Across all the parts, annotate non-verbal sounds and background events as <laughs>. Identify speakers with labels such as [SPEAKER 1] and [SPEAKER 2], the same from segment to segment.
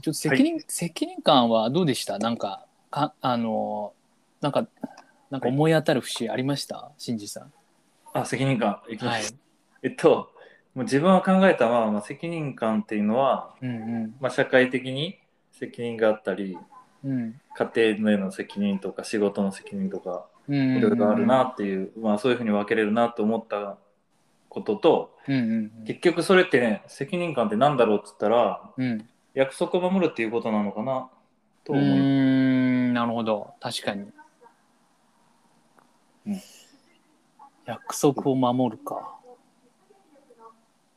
[SPEAKER 1] ちょっと責任、責任感はどうでしたなんか、かあのー、なんか、なんか思い当たる節ありました、新次さん。
[SPEAKER 2] あ、責任感。いきま
[SPEAKER 1] はい
[SPEAKER 2] す。。えっと、もう自分は考えたのは、まあ、責任感っていうのは、
[SPEAKER 1] うん
[SPEAKER 2] まあ、社会的に責任があったり、
[SPEAKER 1] うん。うん。
[SPEAKER 2] 家庭への責任とか仕事の責任とか、
[SPEAKER 1] うん。
[SPEAKER 2] いろいろあるな。っていう、まあ、そういうふうに分けれるなと思ったことと、
[SPEAKER 1] うんうん
[SPEAKER 2] 結局それってね、責任感ってなんだろうって言ったら、
[SPEAKER 1] うん。うん。
[SPEAKER 2] 約束を守るっていうことなのかなと
[SPEAKER 1] うー
[SPEAKER 2] 思う。
[SPEAKER 1] んなるほど確かに、
[SPEAKER 2] うん
[SPEAKER 1] 約束を守るか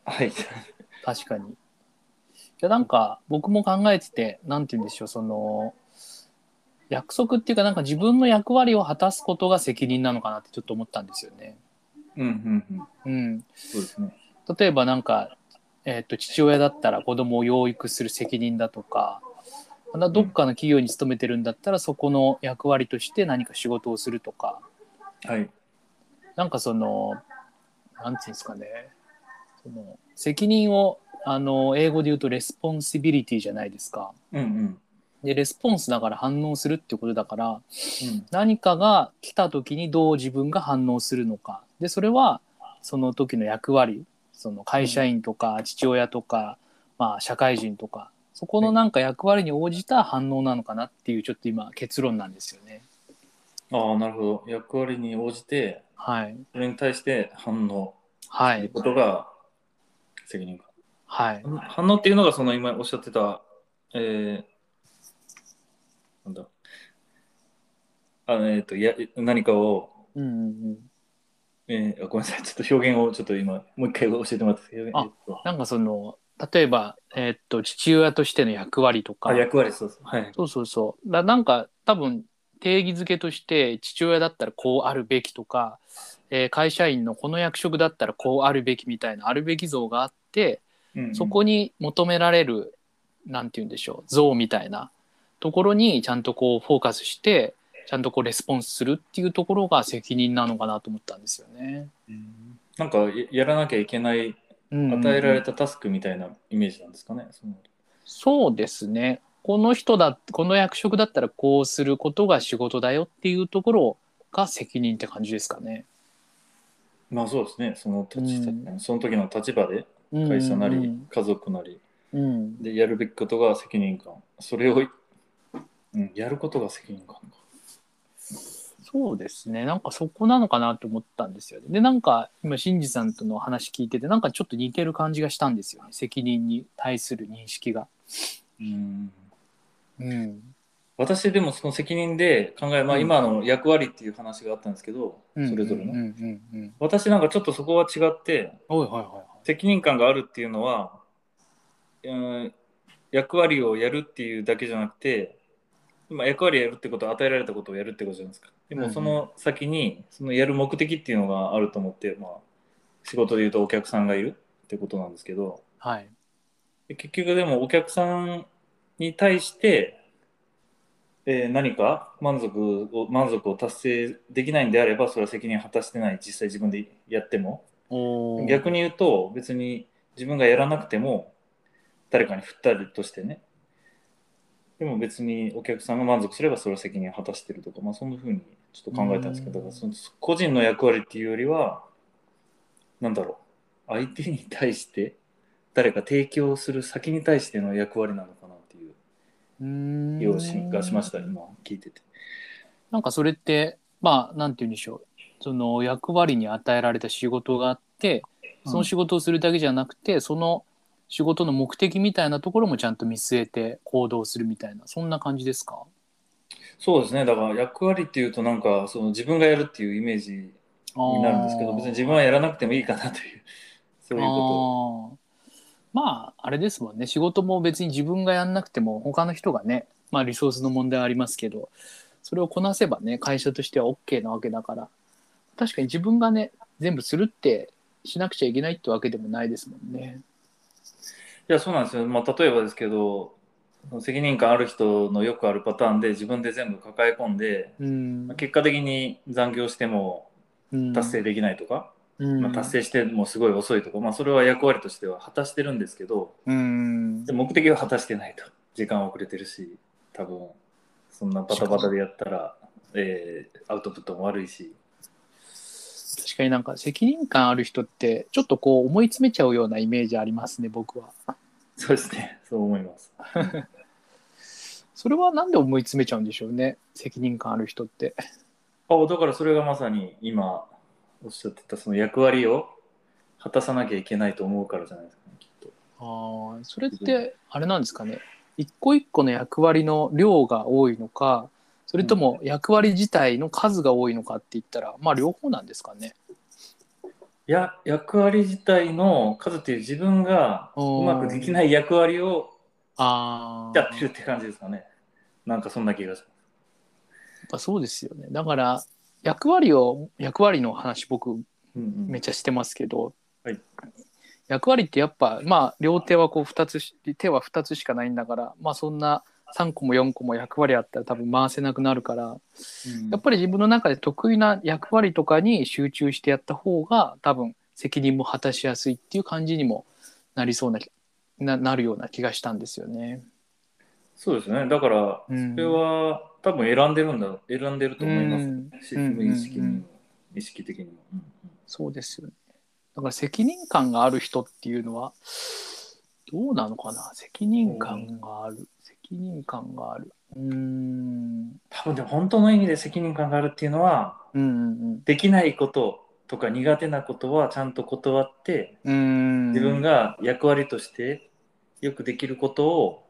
[SPEAKER 2] はい。 <laughs>
[SPEAKER 1] 確かにいやなんか僕も考えててなんて言うんでしょうその約束っていうかなんか自分の役割を果たすことが責任なのかなってちょっと思ったんですよね。
[SPEAKER 2] うんうんうん。
[SPEAKER 1] うん、
[SPEAKER 2] そうですね。
[SPEAKER 1] 例えばなんか、えー、と父親だったら子供を養育する責任だとかあのどっかの企業に勤めてるんだったらそこの役割として何か仕事をするとか
[SPEAKER 2] はい。
[SPEAKER 1] なんかそのなんていうんですかねその責任をあの英語で言うとレスポンシビリティじゃないですか。
[SPEAKER 2] うんうん。
[SPEAKER 1] でレスポンスだから反応するってことだから何かが来た時にどう自分が反応するのかでそれはその時の役割その会社員とか父親とか、まあ、社会人とかそこのなんか役割に応じた反応なのかなっていうちょっと今結論なんですよね。
[SPEAKER 2] うん、ああ、なるほど。役割に応じて、
[SPEAKER 1] はい、
[SPEAKER 2] それに対して反応
[SPEAKER 1] は
[SPEAKER 2] という
[SPEAKER 1] い、
[SPEAKER 2] ことが責任か。
[SPEAKER 1] はい、
[SPEAKER 2] 反応っていうのが、その今おっしゃってた、えー、なんだ。あの、えっ、と、や何かを、
[SPEAKER 1] うんうんうん、
[SPEAKER 2] えーあごめんなさい、ちょっと表現をちょっと今、もう一回教えてもらって表現
[SPEAKER 1] あ
[SPEAKER 2] えっと
[SPEAKER 1] なんかその例えば、えーっと父親としての役割とか
[SPEAKER 2] あ、役割、そうそう。はい。
[SPEAKER 1] そうそうそうだなんか多分定義づけとして父親だったらこうあるべきとか、えー会社員のこの役職だったらこうあるべきみたいなあるべき像があって
[SPEAKER 2] うんうん
[SPEAKER 1] そこに求められるなんて言うんでしょう像みたいなところにちゃんとこうフォーカスしてちゃんとこうレスポンスするっていうところが責任なのかなと思ったんですよね。
[SPEAKER 2] なんかややらなきゃいけない
[SPEAKER 1] 与
[SPEAKER 2] 与えられたタスクみたいなイメージなんですかね。その
[SPEAKER 1] そうですね。この人だ、この役職だったらこうすることが仕事だよっていうところが責任って感じですかね。
[SPEAKER 2] まあそうですね。その立ち、
[SPEAKER 1] う
[SPEAKER 2] その時の立場で会社なり、
[SPEAKER 1] うん
[SPEAKER 2] 家族なり
[SPEAKER 1] うん、
[SPEAKER 2] でやるべきことが責任感。それを、うん、やることが責任感か。
[SPEAKER 1] そうですね。なんかそこなのかなと思ったんですよね。で、なんか今、新次さんとの話聞いてて、なんかちょっと似てる感じがしたんですよね。責任に対する認識が。
[SPEAKER 2] うん
[SPEAKER 1] うん。
[SPEAKER 2] 私でもその責任で考え、まあ、
[SPEAKER 1] うん
[SPEAKER 2] 今の役割っていう話があったんですけど、それぞ
[SPEAKER 1] うん
[SPEAKER 2] れ
[SPEAKER 1] う
[SPEAKER 2] の。
[SPEAKER 1] んうんうん。
[SPEAKER 2] 私なんかちょっとそこは違って、
[SPEAKER 1] はいはいはいはい。
[SPEAKER 2] 責任感があるっていうのは、うん、役割をやるっていうだけじゃなくて今役割をやるってことは与えられたことをやるってことじゃないですかで
[SPEAKER 1] うんう
[SPEAKER 2] も
[SPEAKER 1] ん
[SPEAKER 2] その先にそのやる目的っていうのがあると思って、まあ、仕事でいうとお客さんがいるってことなんですけど
[SPEAKER 1] はい。
[SPEAKER 2] で結局でもお客さんに対して、えー何か満足を満足を達成できないんであればそれは責任を果たしてない実際自分でやっても
[SPEAKER 1] おー
[SPEAKER 2] 逆に言うと別に自分がやらなくても誰かに振ったりとしてねでも別にお客さんが満足すればそれは責任を果たしてるとか、まあ、そんな風にちょっと考えたんですけどだ
[SPEAKER 1] うん
[SPEAKER 2] からその個人の役割っていうよりはなんだろう相手に対して誰か提供する先に対しての役割なのかなっていう
[SPEAKER 1] うーん
[SPEAKER 2] ようしがしました今聞いてて。
[SPEAKER 1] なんかそれってまあなんて言うんでしょうその役割に与えられた仕事があってその仕事をするだけじゃなくて、その仕事の目的みたいなところもちゃんと見据えて行動するみたいなそんな感じですか
[SPEAKER 2] そうですねだから役割っていうとなんかその自分がやるっていうイメージになるんですけど別に自分はやらなくてもいいかなという <laughs> そういう
[SPEAKER 1] あ
[SPEAKER 2] こ
[SPEAKER 1] ーまああれですもんね仕事も別に自分がやんなくても他の人がねまあリソースの問題はありますけどそれをこなせばね会社としては OK なわけだから確かに自分がね全部するってしなくちゃいけないってわけでもないですもんね。
[SPEAKER 2] といやそうなんですよ、まあ、例えばですけど責任感ある人のよくあるパターンで自分で全部抱え込んで
[SPEAKER 1] うん
[SPEAKER 2] 結果的に残業しても達成できないとか、
[SPEAKER 1] うん、
[SPEAKER 2] まあ、達成してもすごい遅いとか、まあ、それは役割としては果たしてるんですけど
[SPEAKER 1] うん
[SPEAKER 2] で目的は果たしてないと時間遅れてるし、多分そんなバタバタでやったら、えーアウトプットも悪いし、
[SPEAKER 1] 確かになんか責任感ある人ってちょっとこう思い詰めちゃうようなイメージありますね僕は
[SPEAKER 2] そうですね、そう思います。
[SPEAKER 1] それはなんで思い詰めちゃうんでしょうね責任感ある人って
[SPEAKER 2] あだからそれがまさに今おっしゃってたその役割を果たさなきゃいけないと思うからじゃないですかねきっと。
[SPEAKER 1] ああそれってあれなんですかね一個一個の役割の量が多いのかそれとも役割自体の数が多いのかって言ったらまあ両方なんですかね
[SPEAKER 2] いや役割自体の数っていう自分がうまくできない役割を
[SPEAKER 1] ああ
[SPEAKER 2] やってるって感じですかね。なんかそんな気がします。
[SPEAKER 1] やっぱそうですよねだから役割を役割の話僕
[SPEAKER 2] うんう
[SPEAKER 1] め
[SPEAKER 2] ん
[SPEAKER 1] っちゃしてますけど、
[SPEAKER 2] はい
[SPEAKER 1] 役割ってやっぱまあ両手はこう2つし手は2つしかないんだからまあそんな3個も4個も役割あったら多分回せなくなるからやっぱり自分の中で得意な役割とかに集中してやった方が多分責任も果たしやすいっていう感じにもなりそうなななるような気がしたんですよね。
[SPEAKER 2] そうですねだからそ
[SPEAKER 1] うん
[SPEAKER 2] れは多分選んでるんだ選んでると思います、
[SPEAKER 1] うん
[SPEAKER 2] し
[SPEAKER 1] うん
[SPEAKER 2] 無意識にも、
[SPEAKER 1] うんうん
[SPEAKER 2] 意識的にも。うん
[SPEAKER 1] そうですよね。だから責任感がある人っていうのはどうなのかな責任感がある責任感があるうーん
[SPEAKER 2] 多分でも本当の意味で責任感があるっていうのは
[SPEAKER 1] うんうん
[SPEAKER 2] できないこととか苦手なことはちゃんと断って
[SPEAKER 1] うんうーん
[SPEAKER 2] 自分が役割としてよくできることを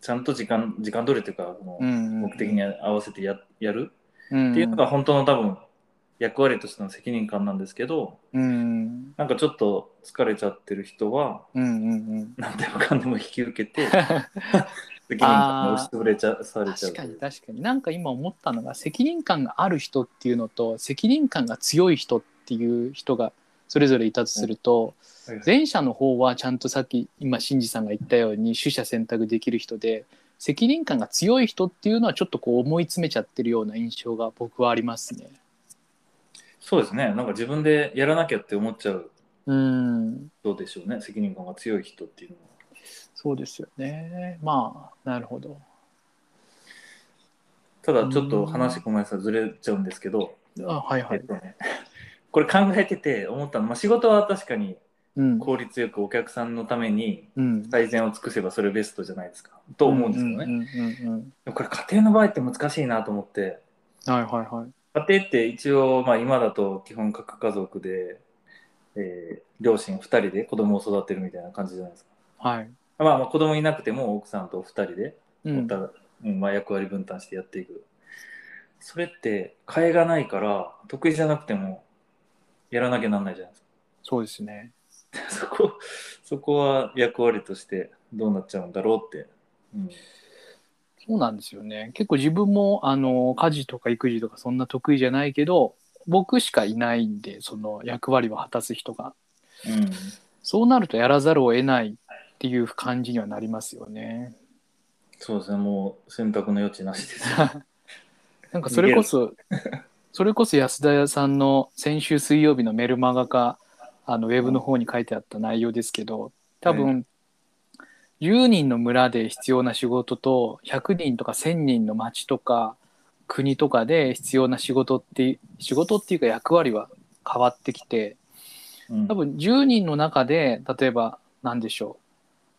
[SPEAKER 2] ちゃんと時間時間通りというかその目的に合わせてややる
[SPEAKER 1] っ
[SPEAKER 2] っていうのが本当の多分役割としての責任感なんですけど
[SPEAKER 1] うん
[SPEAKER 2] なんかちょっと疲れちゃってる人は
[SPEAKER 1] うんうんうん
[SPEAKER 2] 何でもかんでも引き受け
[SPEAKER 1] <laughs>
[SPEAKER 2] て責任感が押し潰れちゃされちゃう
[SPEAKER 1] 確かに確かになんか今思ったのが責任感がある人っていうのと責任感が強い人っていう人がそれぞれいたとすると、
[SPEAKER 2] はいはい
[SPEAKER 1] 前者の方はちゃんとさっき今新次さんが言ったように取捨選択できる人で責任感が強い人っていうのはちょっとこう思い詰めちゃってるような印象が僕はありますね。
[SPEAKER 2] そうですねなんか自分でやらなきゃって思っちゃう
[SPEAKER 1] うん
[SPEAKER 2] どうでしょうね責任感が強い人っていうのは
[SPEAKER 1] そうですよね。まあなるほど。
[SPEAKER 2] ただちょっと話ごめんなさいずれちゃうんですけど、
[SPEAKER 1] あはいは
[SPEAKER 2] えっ
[SPEAKER 1] い。
[SPEAKER 2] とね <laughs> これ考えてて思ったの、まあ、仕事は確かに
[SPEAKER 1] うん。
[SPEAKER 2] 効率よくお客さんのために
[SPEAKER 1] うん。
[SPEAKER 2] 最善を尽くせばそれベストじゃないですかと思うんですけどね、
[SPEAKER 1] うんうんうん
[SPEAKER 2] でもこれ家庭の場合って難しいなと思って
[SPEAKER 1] うんはいはいはい。
[SPEAKER 2] 家庭って一応、まあ、今だと基本各家族で、えー両親2人で子供を育てるみたいな感じじゃないですか、
[SPEAKER 1] はい。
[SPEAKER 2] まあ、まあ子供いなくても奥さんと2人で
[SPEAKER 1] う
[SPEAKER 2] お
[SPEAKER 1] ん
[SPEAKER 2] 互いうんまあ、役割分担してやっていくそれって替えがないから得意じゃなくてもやらなきゃなんないじゃないです
[SPEAKER 1] そうですね。
[SPEAKER 2] か <laughs> そこそこは役割としてどうなっちゃうんだろうって、うん
[SPEAKER 1] そうなんですよね。結構自分もあの家事とか育児とかそんな得意じゃないけど、僕しかいないんで、その役割を果たす人が。
[SPEAKER 2] うん
[SPEAKER 1] そうなるとやらざるを得ないっていう感じにはなりますよね。
[SPEAKER 2] そうですねもう選択の余地な
[SPEAKER 1] <laughs>
[SPEAKER 2] しですよ
[SPEAKER 1] なんかそれこそ、それこそ安田さんの先週水曜日のメルマガか、あのウェブの方に書いてあった内容ですけど、多分、10人の村で必要な仕事と、100人とか1000人の町とか、国とかで必要な仕事って、仕事っていうか役割は変わってきて、
[SPEAKER 2] うん
[SPEAKER 1] 多分10人の中で例えば何でしょ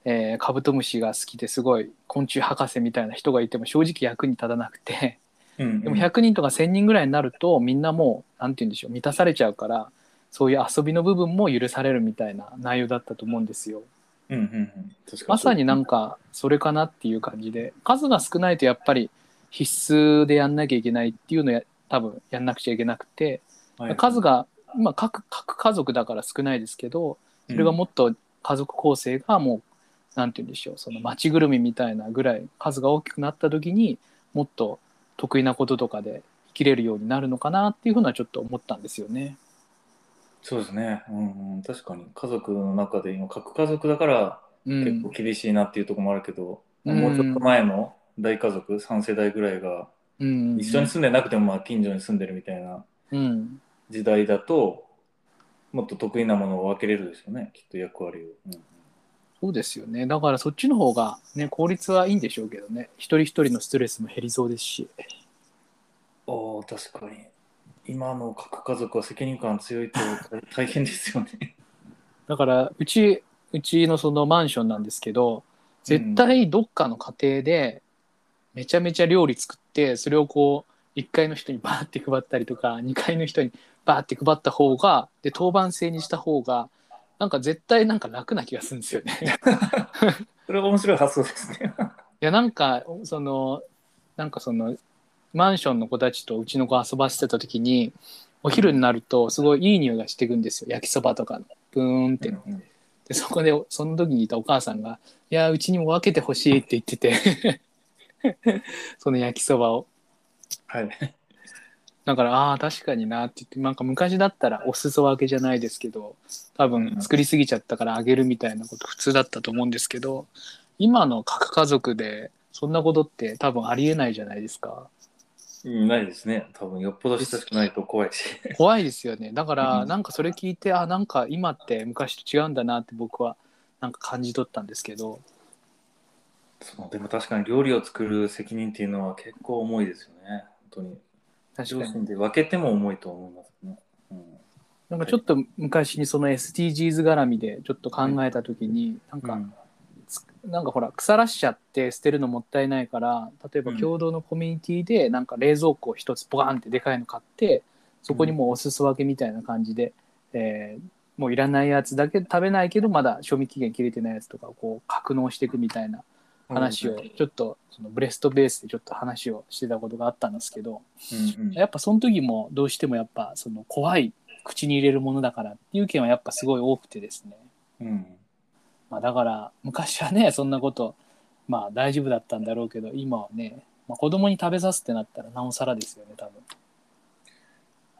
[SPEAKER 1] う、えーカブトムシが好きですごい昆虫博士みたいな人がいても正直役に立たなくて
[SPEAKER 2] うんうん
[SPEAKER 1] でも100人とか1,000人ぐらいになるとみんなもう何て言うんでしょう満たされちゃうからそういう遊びの部分も許されるみたいな内容だったと思うんですよ。
[SPEAKER 2] うんうんうん確か
[SPEAKER 1] まさになんかそれかなっていう感じで数が少ないとやっぱり必須でやんなきゃいけないっていうのをや多分やんなくちゃいけなくて
[SPEAKER 2] はい
[SPEAKER 1] 数が、まあ、各各家族だから少ないですけどそれがもっと家族構成がもう何て言うんでしょうその町ぐるみみたいなぐらい数が大きくなった時にもっと得意なこととかで生きれるようになるのかなっていうふうのはちょっと思ったんですよね。
[SPEAKER 2] そうですね、うんうん、確かに家族の中で今各家族だから
[SPEAKER 1] う
[SPEAKER 2] 結
[SPEAKER 1] ん
[SPEAKER 2] 構、厳しいなっていうところもあるけど、
[SPEAKER 1] うん
[SPEAKER 2] もうちょっと前の大家族3世代ぐらいが
[SPEAKER 1] うん、
[SPEAKER 2] 一緒に住んでなくてもまあ近所に住んでるみたいな
[SPEAKER 1] うん、
[SPEAKER 2] 時代だともっと得意なものを分けれるですよねきっと役割を、うん
[SPEAKER 1] そうですよね。だからそっちの方が、ね、効率はいいんでしょうけどね。一人一人のストレスも減りそうですし。
[SPEAKER 2] おお確かに今の核家族は責任感強いと <laughs> 大変ですよね
[SPEAKER 1] だから、うち、うちのそのマンションなんですけど、絶対どっかの家庭で、めちゃめちゃ料理作って、それをこう、1階の人にバーって配ったりとか、2階の人にバーって配った方が、で、当番制にした方が、なんか絶対なんか楽な気がするんですよね。 <laughs>
[SPEAKER 2] それは面白い発想ですね
[SPEAKER 1] いやなんかそのなんかそのマンションの子たちとうちの子遊ばせてた時にお昼になるとすごいいい匂いがしてくんですよ焼きそばとかのブーンってでそこでその時にいたお母さんが「いやうちにも分けてほしい」って言ってて <laughs> その焼きそばを
[SPEAKER 2] <laughs> はい
[SPEAKER 1] だから「ああ確かにな」って言ってなんか昔だったらお裾分けじゃないですけど多分作りすぎちゃったからあげるみたいなこと普通だったと思うんですけど今の核家族でそんなことって多分ありえないじゃないですか。
[SPEAKER 2] うんないですね多分よっぽど親しくないと怖いし
[SPEAKER 1] 怖いですよねだから
[SPEAKER 2] うん
[SPEAKER 1] なんかそれ聞いてあなんか今って昔と違うんだなって僕はなんか感じ取ったんですけど
[SPEAKER 2] そうでも確かに料理を作る責任っていうのは結構重いですよね本当に
[SPEAKER 1] 確
[SPEAKER 2] 両
[SPEAKER 1] かに
[SPEAKER 2] 親で分けても重いと思いますね、うん
[SPEAKER 1] なんかちょっと昔にその SDGs 絡みでちょっと考えた時になんか、
[SPEAKER 2] うん
[SPEAKER 1] つなんかほら腐らしちゃって捨てるのもったいないから例えば
[SPEAKER 2] うん
[SPEAKER 1] 共同のコミュニティでなんか冷蔵庫を一つボカンってでかいの買ってそこにもうお裾分けみたいな感じで、えーもういらないやつだけ食べないけどまだ賞味期限切れてないやつとかをこう格納していくみたいな話をちょっとそのブレストベースでちょっと話をしてたことがあったんですけど
[SPEAKER 2] うんうん
[SPEAKER 1] やっぱその時もどうしてもやっぱその怖い口に入れるものだからっていう意見はやっぱすごい多くてですね、
[SPEAKER 2] うん
[SPEAKER 1] まあ、だから昔はねそんなことまあ大丈夫だったんだろうけど今はね、まあ、子供に食べさすってなったらなおさらですよね多分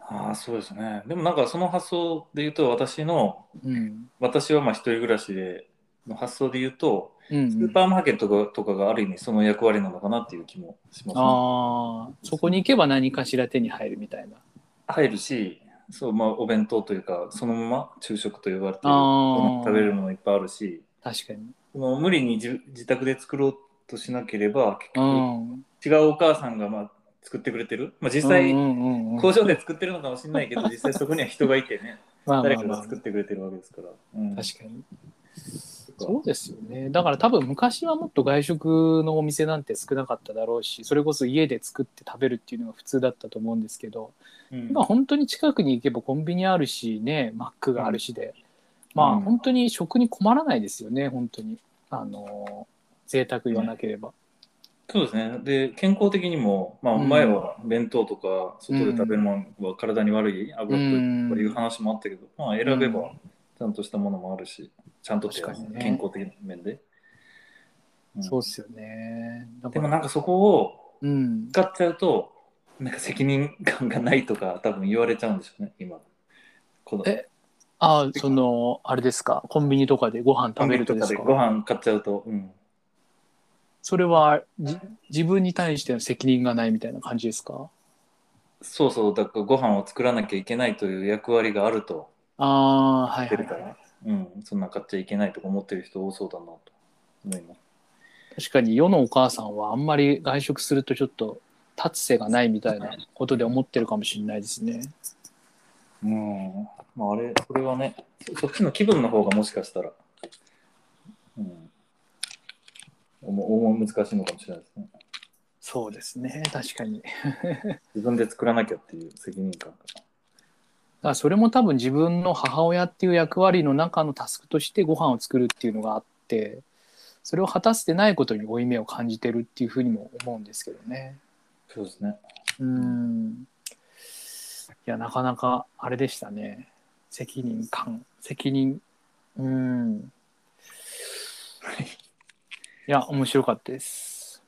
[SPEAKER 2] ああそうですねでもなんかその発想で言うと私の
[SPEAKER 1] うん
[SPEAKER 2] 私はまあ一人暮らしでの発想で言うと
[SPEAKER 1] うん
[SPEAKER 2] ス
[SPEAKER 1] うん
[SPEAKER 2] ーパーマーケットがとかがある意味その役割なのかなっていう気もします、ね、
[SPEAKER 1] ああそこに行けば何かしら手に入るみたいな
[SPEAKER 2] 入るしそう、まあ、お弁当というかそのまま昼食と呼ばれて
[SPEAKER 1] あー
[SPEAKER 2] る食べるものいっぱいあるし
[SPEAKER 1] 確かに
[SPEAKER 2] その無理に自自宅で作ろうとしなければ結
[SPEAKER 1] う
[SPEAKER 2] 局
[SPEAKER 1] んうん
[SPEAKER 2] 違うお母さんがまあ作ってくれてる、まあ、実
[SPEAKER 1] う
[SPEAKER 2] 際
[SPEAKER 1] んうんうん
[SPEAKER 2] 工場で作ってるのかもしれないけど実際そこには人がいてね
[SPEAKER 1] <laughs> まあま
[SPEAKER 2] 誰
[SPEAKER 1] あ
[SPEAKER 2] か
[SPEAKER 1] ま
[SPEAKER 2] が
[SPEAKER 1] あ
[SPEAKER 2] 作ってくれてるわけですから。うん
[SPEAKER 1] 確かに
[SPEAKER 2] そ
[SPEAKER 1] そうですよね。だから多分昔はもっと外食のお店なんて少なかっただろうし、それこそ家で作って食べるっていうのが普通だったと思うんですけど、
[SPEAKER 2] うん
[SPEAKER 1] 今本当に近くに行けばコンビニあるしね、マックがあるしで、まあ
[SPEAKER 2] うん
[SPEAKER 1] 本当に食に困らないですよね、本当に。あのー、贅沢言わなければ。
[SPEAKER 2] そうですね。で、健康的にも、まあ、
[SPEAKER 1] うん
[SPEAKER 2] 前は弁当とか、外で食べるものは体に悪い、油っぽいとかいう話もあったけど、まあ、選べば、ちゃんとしたものもあるし、ちゃんとっていうか
[SPEAKER 1] 確かにね
[SPEAKER 2] 健康的な面で。うん
[SPEAKER 1] そうですよね。だ
[SPEAKER 2] で
[SPEAKER 1] か
[SPEAKER 2] も
[SPEAKER 1] ら
[SPEAKER 2] なんかそこを
[SPEAKER 1] うん。
[SPEAKER 2] 使っちゃうと、なんか責任感がないとか、多分言われちゃうんでしょうね、今。この
[SPEAKER 1] えああ、その、あれですか、コンビニとかでご飯食べるとです
[SPEAKER 2] コンビニとかでご
[SPEAKER 1] か。
[SPEAKER 2] 飯買っちゃうと、うん。
[SPEAKER 1] それはじ自分に対しての責任がないみたいな感じですか
[SPEAKER 2] そうそう、だからご飯を作らなきゃいけないという役割があると。
[SPEAKER 1] ああー、はい、
[SPEAKER 2] って
[SPEAKER 1] は
[SPEAKER 2] る
[SPEAKER 1] い
[SPEAKER 2] か
[SPEAKER 1] はい
[SPEAKER 2] ら、うん、そんな買っちゃいけないとか思ってる人多そうだなと思いま
[SPEAKER 1] 確
[SPEAKER 2] す。
[SPEAKER 1] かに世のお母さんはあんまり外食するとちょっと立つ瀬がないみたいなことで思ってるかもしれないですね。
[SPEAKER 2] うん、まああれ、それはね、そそっちの気分の方がもしかしたら、うん、おもおも難しいのかもしれないですね。
[SPEAKER 1] そうですね、確かに。
[SPEAKER 2] 自分で作らなきゃっていう責任感
[SPEAKER 1] だからそれも多分自分の母親っていう役割の中のタスクとしてご飯を作るっていうのがあって、それを果たしてないことに負い目を感じてるっていうふうにも思うんですけどね。
[SPEAKER 2] そうですね。
[SPEAKER 1] うん。いや、なかなかあれでしたね。責任感、責任。うん。いや、面白かったです。